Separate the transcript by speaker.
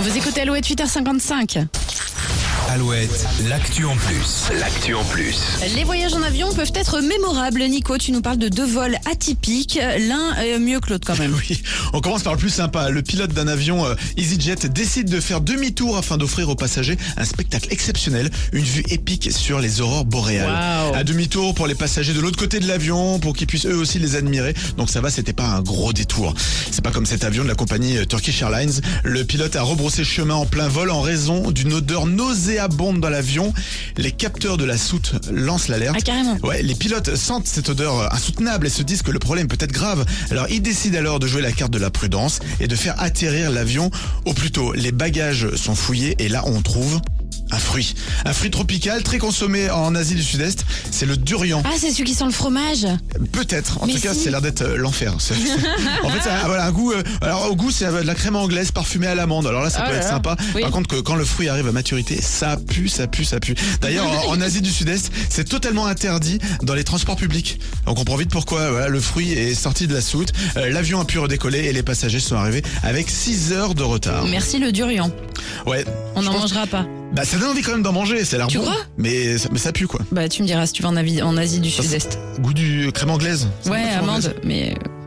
Speaker 1: Vous écoutez Alouette 8h55.
Speaker 2: Alouette, l'actu en plus. L'actu en plus.
Speaker 1: Les voyages en avion peuvent être mémorables. Nico, tu nous parles de deux vols atypiques. L'un euh, mieux que l'autre quand même.
Speaker 3: Oui, on commence par le plus sympa. Le pilote d'un avion euh, EasyJet décide de faire demi-tour afin d'offrir aux passagers un spectacle exceptionnel, une vue épique sur les aurores boréales.
Speaker 1: Wow.
Speaker 3: À demi-tour pour les passagers de l'autre côté de l'avion, pour qu'ils puissent eux aussi les admirer. Donc ça va, c'était pas un gros détour. C'est pas comme cet avion de la compagnie euh, Turkish Airlines. Le pilote a rebroussé chemin en plein vol en raison d'une odeur nauséabonde dans l'avion. Les capteurs de la soute lancent l'alerte.
Speaker 1: Ah, carrément.
Speaker 3: Ouais, les pilotes sentent cette odeur euh, insoutenable et se disent que le problème peut être grave. Alors ils décident alors de jouer la carte de la prudence et de faire atterrir l'avion au plus tôt. Les bagages sont fouillés et là on trouve un fruit. Un fruit tropical très consommé en Asie du Sud-Est, c'est le durian.
Speaker 1: Ah, c'est celui qui sent le fromage.
Speaker 3: Peut-être. En
Speaker 1: Mais
Speaker 3: tout cas,
Speaker 1: si.
Speaker 3: c'est l'air d'être euh, l'enfer. C'est- en fait, ça, voilà, un goût. euh, alors, au goût, c'est euh, de la crème anglaise parfumée à l'amande. Alors là, ça
Speaker 1: Ah
Speaker 3: peut
Speaker 1: là
Speaker 3: être
Speaker 1: là.
Speaker 3: sympa.
Speaker 1: Oui.
Speaker 3: Par contre, que, quand le fruit arrive à maturité, ça pue, ça pue, ça pue. D'ailleurs, en, en Asie du Sud-Est, c'est totalement interdit dans les transports publics. On comprend vite pourquoi. Voilà, le fruit est sorti de la soute. euh, L'avion a pu redécoller et les passagers sont arrivés avec 6 heures de retard.
Speaker 1: Merci le durian.
Speaker 3: Ouais.
Speaker 1: On
Speaker 3: Je
Speaker 1: n'en
Speaker 3: pense-
Speaker 1: mangera pas.
Speaker 3: Bah, ça donne envie quand même d'en manger. Ça a l'air
Speaker 1: Tu
Speaker 3: bon.
Speaker 1: crois
Speaker 3: mais, ça- mais ça pue quoi.
Speaker 1: Bah, tu me diras si tu vas en, Asie- en Asie du
Speaker 3: Ça,
Speaker 1: Sud-Est.
Speaker 3: Goût du crème anglaise.
Speaker 1: Ouais,
Speaker 3: Crème anglaise.
Speaker 1: amande, mais. euh,